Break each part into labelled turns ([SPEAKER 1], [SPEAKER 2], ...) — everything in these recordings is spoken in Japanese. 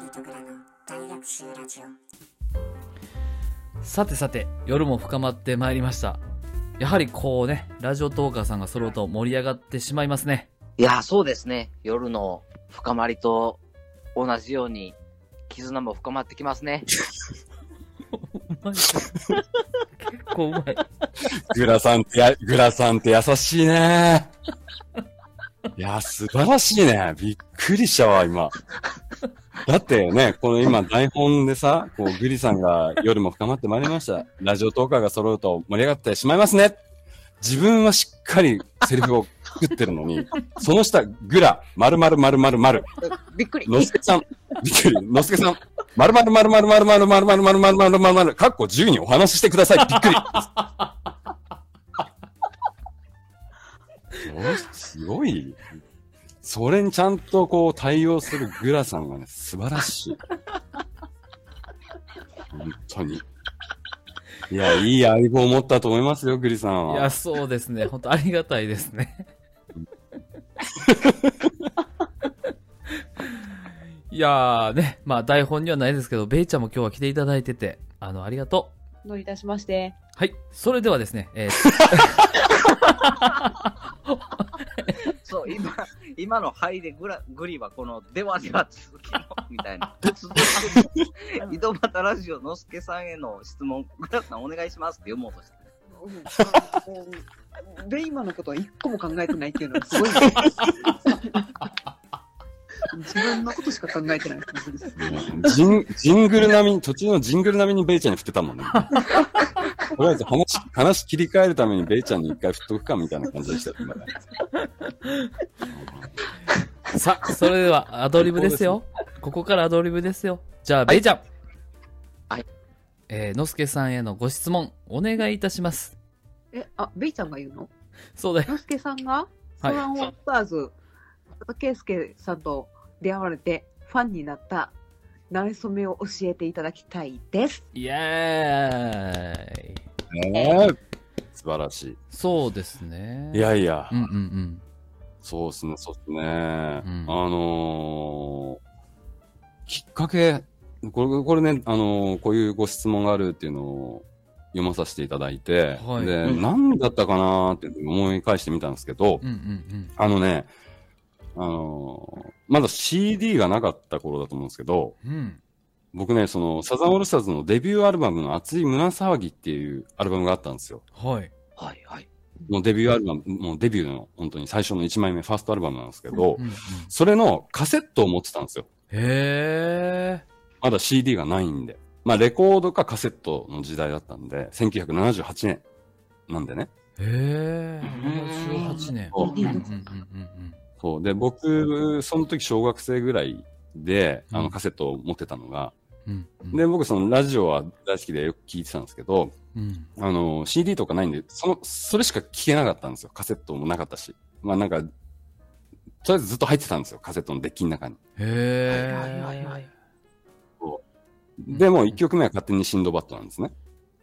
[SPEAKER 1] リとグラの大学習ラジオ
[SPEAKER 2] さてさて夜も深まってまいりましたやはりこうねラジオトーカーさんが揃うと盛り上がってしまいますね
[SPEAKER 3] いやー、そうですね。夜の深まりと同じように、絆も深まってきます ね。
[SPEAKER 2] うまい結構うまい
[SPEAKER 4] グラさんってや、グラさんって優しいね。いや、素晴らしいね。びっくりしたわ、今。だってね、この今台本でさ、こう、グリさんが夜も深まってまいりました。ラジオトーカーが揃うと盛り上がってしまいますね。自分はしっかりセリフを作ってるのに、その下、グラ、まるまるまるまるまる、
[SPEAKER 3] びっくり。
[SPEAKER 4] のすけさん、びっくり、のすけさん、まるまるまるまるまるまるまるまるまるまるまるまるまる、かっこ自由にお話ししてください。びっくり。おすごい。それにちゃんとこう対応するグラさんがね、素晴らしい。本当に。いや、いい相棒を持ったと思いますよ、グリさ ん
[SPEAKER 2] い
[SPEAKER 4] は。
[SPEAKER 2] やそうですね本当ありがたいですね いやーねまあ台本にはないですけどベイちゃんも今日は来ていただいててあのありがとう
[SPEAKER 5] どういたしまして。
[SPEAKER 2] はいそれではですねえー
[SPEAKER 3] そう、今、今の灰でグラグリはこの、ではでは続きの、みたい な。続きの井戸端ラジオのすけさんへの質問、グラさんお願いしますって読もうとして。
[SPEAKER 5] で、今のことは一個も考えてないっていうのがすごいね。自分のことしか考えてない。
[SPEAKER 4] ジンジングル並みに、途中のジングル並みにベイちゃんに振ってたもんね。とりあえず話、話切り替えるためにベイちゃんに一回振っとくかみたいな感じでしたよ。今ね
[SPEAKER 2] さあ、それではアドリブですよ。ここからアドリブですよ。じゃあ、ベイちゃん。
[SPEAKER 3] はい。
[SPEAKER 2] えー、のすけさんへのご質問、お願いいたします。
[SPEAKER 5] え、あ、ベイちゃんが言うの
[SPEAKER 2] そうだよ。
[SPEAKER 5] のすけさんが、
[SPEAKER 2] はい
[SPEAKER 5] ソランオースターズ、ケイスケさんと出会われてファンになった、なれそめを教えていただきたいです。
[SPEAKER 2] イエーイ。
[SPEAKER 4] え素晴らし
[SPEAKER 2] そうですね。
[SPEAKER 4] い。い。やいや
[SPEAKER 2] う、んうん
[SPEAKER 4] そうっすね、そうっすね。あのー、きっかけ、これ、これね、あのーこういうご質問があるっていうのを読まさせていただいて、
[SPEAKER 2] はい
[SPEAKER 4] で、
[SPEAKER 3] うん
[SPEAKER 4] 何だったかなーって思い返してみたんですけど、
[SPEAKER 2] うん。うんうん
[SPEAKER 4] あのね、あのーまだ CD がなかった頃だと思うんですけど、
[SPEAKER 2] うん。うん。
[SPEAKER 4] 僕ね、その、サザンオールスターズのデビューアルバムの熱い胸騒ぎっていうアルバムがあったんですよ。
[SPEAKER 2] はい。
[SPEAKER 3] はいはい。
[SPEAKER 4] もうデビューアルバム、もうデビューの本当に最初の1枚目、ファーストアルバムなんですけど、
[SPEAKER 2] うんうん、へ
[SPEAKER 4] それのカセットを持ってたんですよ。
[SPEAKER 2] え。
[SPEAKER 4] まだ CD がないんで。まあ、レコードかカセットの時代だったんで、1978年なんでね。
[SPEAKER 2] へえ。18年。
[SPEAKER 4] そう
[SPEAKER 2] うんうんうんうん
[SPEAKER 4] そう。で、僕、その時小学生ぐらいで、あ
[SPEAKER 2] うん
[SPEAKER 4] のカセットを持ってたのが、
[SPEAKER 2] うん。うん。
[SPEAKER 4] で、僕、そのラジオは大好きでよく聞いてたんですけど、
[SPEAKER 2] うん。
[SPEAKER 4] あの、CD とかないんで、その、それしか聞けなかったんですよ。カセットもなかったし。まあなんか、とりあえずずっと入ってたんですよ。カセットのデッキの中に。
[SPEAKER 2] へえ。
[SPEAKER 3] はいはいはいはい
[SPEAKER 4] で、もう1曲目は勝手にシンドバッドなんですね。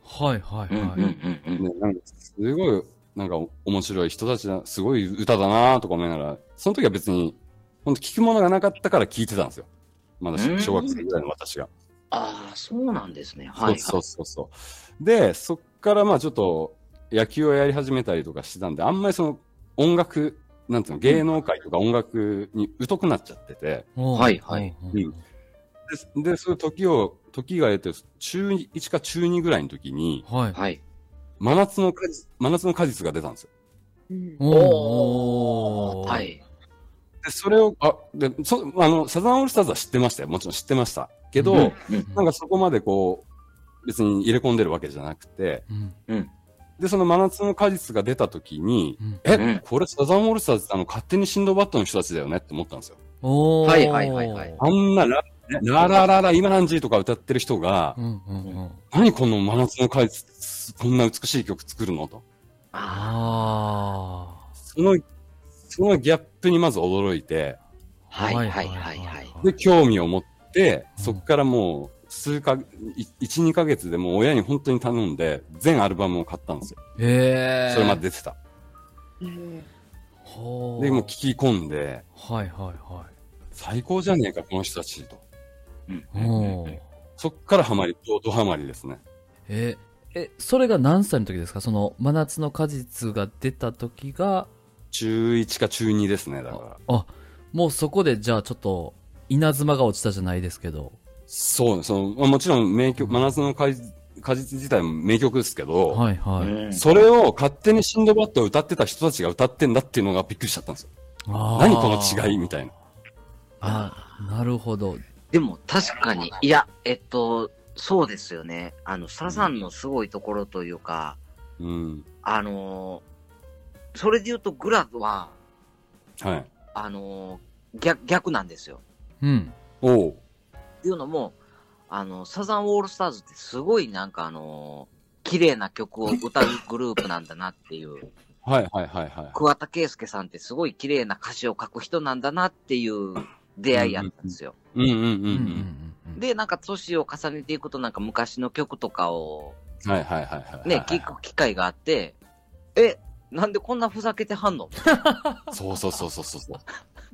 [SPEAKER 2] はいはいはい。
[SPEAKER 3] うん
[SPEAKER 4] でなんかすごい、なんか面白い人たちだ、すごい歌だなとか思いながら、その時は別に、ほんと聞くものがなかったから聞いてたんですよ。まだ
[SPEAKER 3] うん
[SPEAKER 4] 小学生ぐらいの私が。
[SPEAKER 3] ああ、そうなんですね。はい、はい。
[SPEAKER 4] そうそうそうそう。で、そっからまあちょっと野球をやり始めたりとかしてたんで、あんまりその音楽、なんていうの、芸能界とか音楽に疎くなっちゃってて、
[SPEAKER 3] はいはい
[SPEAKER 4] うんで、でそういう時を、時が得て、中1か中2ぐらいの時に、
[SPEAKER 2] はい。
[SPEAKER 3] はい。
[SPEAKER 4] 真夏の果実、真夏の果実が出たんですよ。
[SPEAKER 5] うん
[SPEAKER 2] おー。
[SPEAKER 3] はい。
[SPEAKER 4] で、それを、あ、で、そ、あの、サザンオールスターズは知ってましたよ。もちろん知ってました。けど、
[SPEAKER 2] うん
[SPEAKER 3] うん
[SPEAKER 4] なんかそこまでこう、別に入れ込んでるわけじゃなくて、
[SPEAKER 2] うん。
[SPEAKER 4] で、その真夏の果実が出た時に、
[SPEAKER 2] うん
[SPEAKER 4] え、
[SPEAKER 3] うん
[SPEAKER 4] これサザンオールスターズってあの勝手にシンドバッドの人たちだよねって思ったんですよ。
[SPEAKER 2] おー。
[SPEAKER 3] はいはいはいはい
[SPEAKER 4] あんなラ、ララララ、今何時とか歌ってる人が
[SPEAKER 2] う、んうんうん。
[SPEAKER 4] 何この真夏の果実、こんな美しい曲作るのと。
[SPEAKER 3] あ
[SPEAKER 2] あ
[SPEAKER 4] その、そのギャップにまず驚いて、
[SPEAKER 3] あ、
[SPEAKER 2] ー。
[SPEAKER 3] はいはいはいはい。
[SPEAKER 4] で、
[SPEAKER 2] 日。
[SPEAKER 4] 興味を持って、
[SPEAKER 2] うん
[SPEAKER 4] そっからもう、数か、い一、二ヶ月でもう親に本当に頼んで、全アルバムを買ったんですよ。
[SPEAKER 2] へえ。
[SPEAKER 4] それまで。出てた。
[SPEAKER 2] ほー
[SPEAKER 4] で、もう聞き込んで、
[SPEAKER 2] はいはいは
[SPEAKER 4] 最高じゃねえか、この人たちと。
[SPEAKER 2] おー
[SPEAKER 4] そっからハマり、ドドハマりですね。
[SPEAKER 2] え、え、それが何歳の時ですかその、真夏の果実が出た時が、
[SPEAKER 4] 中1か中2ですね、だから
[SPEAKER 2] あ。あ、もうそこでじゃあちょっと、稲妻が落ちたじゃないですけど。
[SPEAKER 4] そうね、その、まあ、もちろん名曲、真夏の果実果実自体も名曲ですけど、
[SPEAKER 2] はいはい。
[SPEAKER 4] それを勝手にシンドバッドを歌ってた人たちが歌ってんだっていうのがびっくりしちゃったんですよ。何この違いみたいな。
[SPEAKER 2] あー、なるほど。
[SPEAKER 3] でも確かに、いや、えっと、そうですよね。あの、サザンのすごいところというか、
[SPEAKER 4] うん。
[SPEAKER 3] あのーそれで言うとグラは、
[SPEAKER 4] はい。
[SPEAKER 3] あのー逆、逆なんですよ。
[SPEAKER 2] うん。
[SPEAKER 4] おう。
[SPEAKER 3] っていうのも、あの、サザンオールスターズってすごいなんかあのー綺麗な曲を歌うグループなんだなっていう、
[SPEAKER 4] はいはいはいはい。
[SPEAKER 3] 桑田佳祐さんってすごい綺麗な歌詞を書く人なんだなっていう出会いやったんですよ。
[SPEAKER 4] うんうんうんう
[SPEAKER 2] うんうん
[SPEAKER 4] ん。
[SPEAKER 2] うん。
[SPEAKER 3] で、なんか年を重ねていくとなんか昔の曲とかを
[SPEAKER 4] はいはいはいはい。
[SPEAKER 3] ね、聞く機会があって、え、なんでこんなふざけてはんの
[SPEAKER 4] そうそうそうそうそうそう。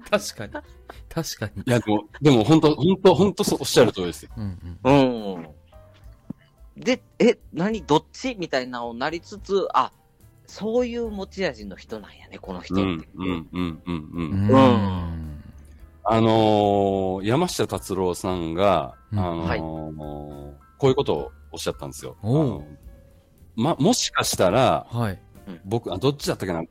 [SPEAKER 2] 確かに。確かに。
[SPEAKER 4] いやでも、でも本当本当本当そうおっしゃる通りですよ。
[SPEAKER 2] うんうん。
[SPEAKER 3] うん。で、え、何どっちみたいなのをなりつつ、あ、そういう持ち味の人なんやね、この人
[SPEAKER 4] う
[SPEAKER 3] って。
[SPEAKER 4] んうんうんうんうん。
[SPEAKER 2] うーん。
[SPEAKER 4] あのー、山下達郎さんが、
[SPEAKER 2] うん
[SPEAKER 4] あのー
[SPEAKER 3] はい
[SPEAKER 4] こういうことをおっしゃったんですよ。
[SPEAKER 2] おう
[SPEAKER 4] あのま、もしかしたら、
[SPEAKER 2] はい。
[SPEAKER 4] 僕、あどっちだったっけな、ん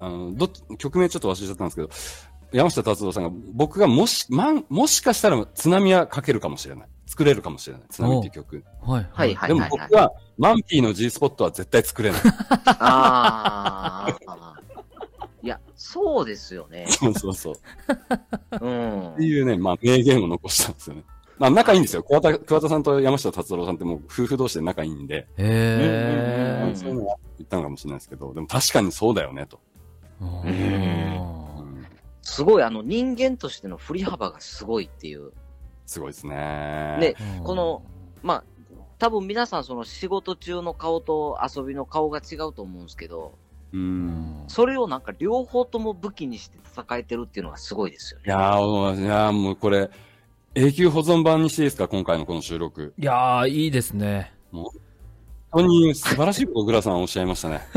[SPEAKER 4] あのどっ曲名ちょっと忘れちゃったんですけど、山下達郎さんが、僕がもし、まん、もしかしたら津波はかけるかもしれない。作れるかもしれない。津波っていう曲。
[SPEAKER 2] はい。
[SPEAKER 3] はいはい
[SPEAKER 4] でも
[SPEAKER 3] はいはい
[SPEAKER 4] 僕は、マンピーの G スポットは絶対作れない。
[SPEAKER 3] ああ。いや、そうですよね。
[SPEAKER 4] そうそうそう。
[SPEAKER 3] うん
[SPEAKER 4] って。いうね、まあ名言を残したんですよね。まあ仲いいんですよ。桑田、桑田さんと山下達郎さんってもう夫婦同士で仲いいんで、
[SPEAKER 2] へ
[SPEAKER 3] うん
[SPEAKER 2] ー
[SPEAKER 3] ん
[SPEAKER 4] そういうのは言ったのかもしれないですけど、でも確かにそうだよね、と。
[SPEAKER 2] あ
[SPEAKER 3] うん
[SPEAKER 2] ー
[SPEAKER 3] すごい、あの、人間としての振り幅がすごいっていう。
[SPEAKER 4] すごいですね。
[SPEAKER 3] で、
[SPEAKER 2] うん
[SPEAKER 3] この、まあ、多分皆さんその仕事中の顔と遊びの顔が違うと思うんですけど、
[SPEAKER 4] う。
[SPEAKER 2] うんん
[SPEAKER 3] それをなんか両方とも武器にして戦えてるっていうのがすごいですよ
[SPEAKER 4] い
[SPEAKER 3] ね。
[SPEAKER 4] やー、いやーもうこれ、永久保存版にしていいですか、今回のこの収録。
[SPEAKER 2] いやー、いいですね。
[SPEAKER 4] 本当に素晴らしいことをグラさんおっしゃいましたね。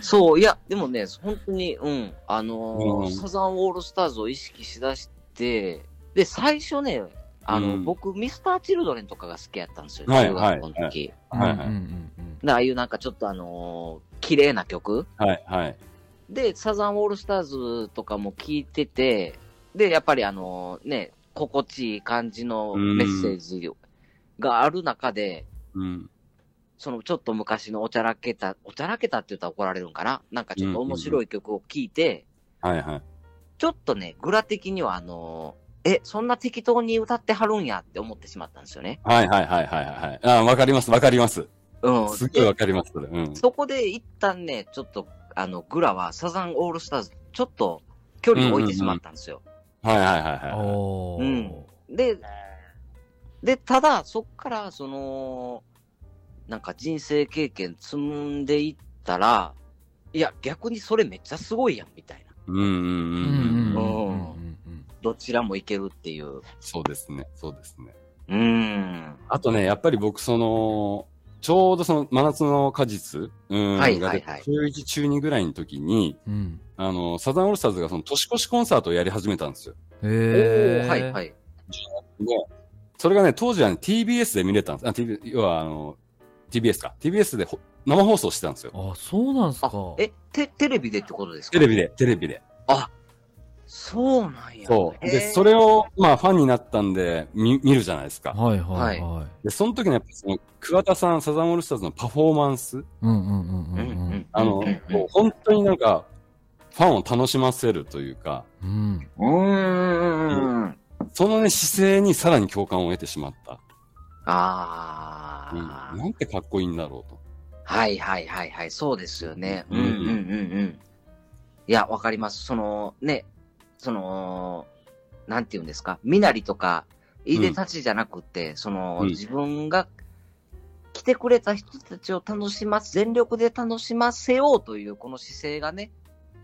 [SPEAKER 3] そう、いや、でもね、本当に、うん、あのー
[SPEAKER 4] うん
[SPEAKER 3] サザンオールスターズを意識しだして、で、最初ね、あの、
[SPEAKER 4] うん
[SPEAKER 3] 僕、ミスター・チルドレンとかが好きやったんですよ、
[SPEAKER 4] はい
[SPEAKER 3] 中学校の時。
[SPEAKER 4] はいはいはい。
[SPEAKER 3] でああいうなんかちょっとあのー綺麗な曲
[SPEAKER 4] はいはい。
[SPEAKER 3] で、サザンオールスターズとかも聞いてて、で、やっぱりあのーね、心地いい感じのメッセージがある中で、
[SPEAKER 4] うん。
[SPEAKER 3] そのちょっと昔のおちゃらけた、おちゃらけたって言ったら怒られるんかななんかちょっと面白い曲を聴いて、
[SPEAKER 4] はいはい。
[SPEAKER 3] ちょっとね、グラ的にはあのーえ、そんな適当に歌ってはるんやって思ってしまったんですよね。
[SPEAKER 4] はいはいはいはいはい。あー、わかりますわかります。
[SPEAKER 3] うん。
[SPEAKER 4] すっごいわかります、それ。うん。
[SPEAKER 3] そこで一旦ね、ちょっと、あの、グラはサザンオールスターズ、ちょっと距離を置いてしまったんですよ。
[SPEAKER 4] はいはいはいは
[SPEAKER 2] お
[SPEAKER 3] う
[SPEAKER 2] ー
[SPEAKER 3] ん。で、で、ただ、そっから、その、なんか人生経験積んでいったら、いや、逆にそれめっちゃすごいやん、みたいな。
[SPEAKER 4] い。うん
[SPEAKER 2] う
[SPEAKER 4] うんうんん
[SPEAKER 2] う
[SPEAKER 4] うん
[SPEAKER 2] んう
[SPEAKER 4] うんん。
[SPEAKER 2] うんうん
[SPEAKER 3] どちらもいけるっていう。
[SPEAKER 4] そうですね。そうですね。
[SPEAKER 3] うーん。
[SPEAKER 4] あとね、やっぱり僕、その、ちょうどその、真夏の果実、うん、
[SPEAKER 3] はい
[SPEAKER 4] が
[SPEAKER 3] はい
[SPEAKER 4] 出
[SPEAKER 3] はい
[SPEAKER 4] て中1、中2ぐらいの時に、
[SPEAKER 2] うん。
[SPEAKER 4] あの、サザンオールスターズがその、年越しコンサートをやり始めたんですよ。
[SPEAKER 2] へー。
[SPEAKER 3] おーはいはい。
[SPEAKER 4] で、それがね、当時は、ね、TBS で見れたんです。あ、TV、要は、あの、TBS か。TBS でほ生放送してたんですよ。
[SPEAKER 2] あ、そうなんすか。
[SPEAKER 3] あ、え、て、テレビでってことですか
[SPEAKER 4] テレビで、テレビで。
[SPEAKER 3] あ、そうなんや。
[SPEAKER 4] そう。
[SPEAKER 3] へ
[SPEAKER 4] で、
[SPEAKER 3] ー
[SPEAKER 4] それを、まあ、ファンになったんで、見、見るじゃないですか。
[SPEAKER 2] はいはいはい。
[SPEAKER 4] で、その時のやっぱその、桑田さん、サザンオールスターズのパフォーマンス、
[SPEAKER 2] うんうんうんう
[SPEAKER 3] う
[SPEAKER 2] んん
[SPEAKER 3] うんう
[SPEAKER 2] うん
[SPEAKER 3] ん。
[SPEAKER 4] あの、もう本当になんか、ファンを楽しませるというか、
[SPEAKER 2] うん。
[SPEAKER 3] うーん。
[SPEAKER 4] そのね、姿勢にさらに共感を得てしまった。
[SPEAKER 3] あ
[SPEAKER 4] うん
[SPEAKER 3] あ、
[SPEAKER 4] なんてかっこいいんだろうと。
[SPEAKER 3] はいはいはいはい、そうですよね。う
[SPEAKER 4] うんん
[SPEAKER 3] うんうんうん。いや、わかります。その、ね、その、なんていうんですか、身なりとか、いでたちじゃなくて、その、
[SPEAKER 4] うん
[SPEAKER 3] 自分が来てくれた人たちを楽します、全力で楽しませようという、この姿勢がね、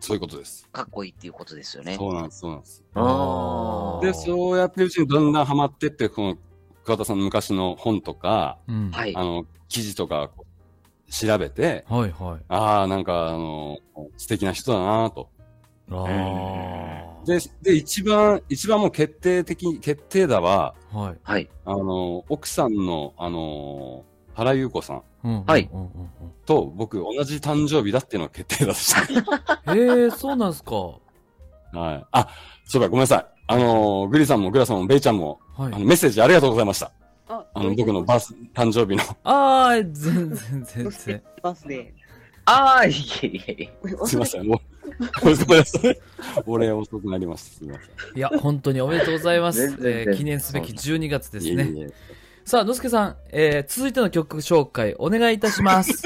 [SPEAKER 4] そういうことです。
[SPEAKER 3] かっこいいっていうことですよね。
[SPEAKER 4] そうなんです、そうなんです。
[SPEAKER 3] あー
[SPEAKER 4] で、そうやってるうちにだんだんハマってって、この、桑田さんの昔の本とか、
[SPEAKER 2] うん。は。
[SPEAKER 3] はいい
[SPEAKER 4] あ。の、記事とか調べて、
[SPEAKER 2] はいはい。
[SPEAKER 4] ああ、なんか、あの、素敵な人だなと。
[SPEAKER 2] ああ。
[SPEAKER 4] で、で、一番、一番もう決定的、決定打は、
[SPEAKER 2] はい。
[SPEAKER 3] はい。
[SPEAKER 4] あの、奥さんの、あの、原優子さん
[SPEAKER 2] うん。
[SPEAKER 3] はい
[SPEAKER 2] うんうんうんうん
[SPEAKER 4] と僕同じ誕生日だっていうのが決定打でし
[SPEAKER 2] へえ、そうなんすか。は
[SPEAKER 4] た。はい。あ、そうか、ごめんなさい。あの、グリさんもグラさんもベイちゃんも、あの
[SPEAKER 2] い。
[SPEAKER 4] メッセージありがとうございました。
[SPEAKER 5] あ
[SPEAKER 4] あの、僕のバース、誕生日の。
[SPEAKER 2] ああ、全然全
[SPEAKER 5] そして
[SPEAKER 2] 然。
[SPEAKER 5] バースデ
[SPEAKER 3] ああ、いえいえいえ。
[SPEAKER 5] ー。
[SPEAKER 4] すいません、もう、ごめんなさい。俺遅くなりました。すいません。
[SPEAKER 2] いや、本当におめでとうございます。
[SPEAKER 3] 全然
[SPEAKER 2] え
[SPEAKER 3] 全
[SPEAKER 2] ー
[SPEAKER 3] 然
[SPEAKER 2] 記念すべき12月です
[SPEAKER 4] いえ
[SPEAKER 2] ね。
[SPEAKER 4] いえ
[SPEAKER 2] さあ、のすけさん、えー、続いての曲紹介、お願いいたします。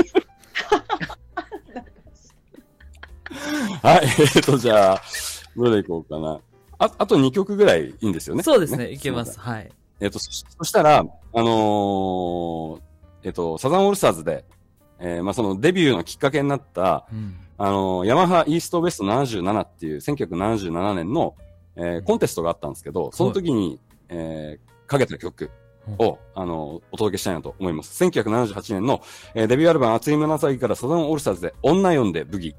[SPEAKER 4] はい、 えっ、と、じゃあ、どれでいこうかな。あ、あと2曲ぐらいいいんですよね。
[SPEAKER 2] そうですね、いけます。
[SPEAKER 4] い
[SPEAKER 2] はい。
[SPEAKER 4] せんえっ、とそ、そしたら、あのーえっ、と、サザンオールスターズで、えーまあ、そのデビューのきっかけになった、
[SPEAKER 2] うん。
[SPEAKER 4] あのーヤマハイーストウエスト77っていう1977年の、えーコンテストがあったんですけど、その時に、えーかけた曲を、あのーお届けしたいなと思います。1978年の、えーデビューアルバム熱い紫からサザンオールスターズで女呼んでブギ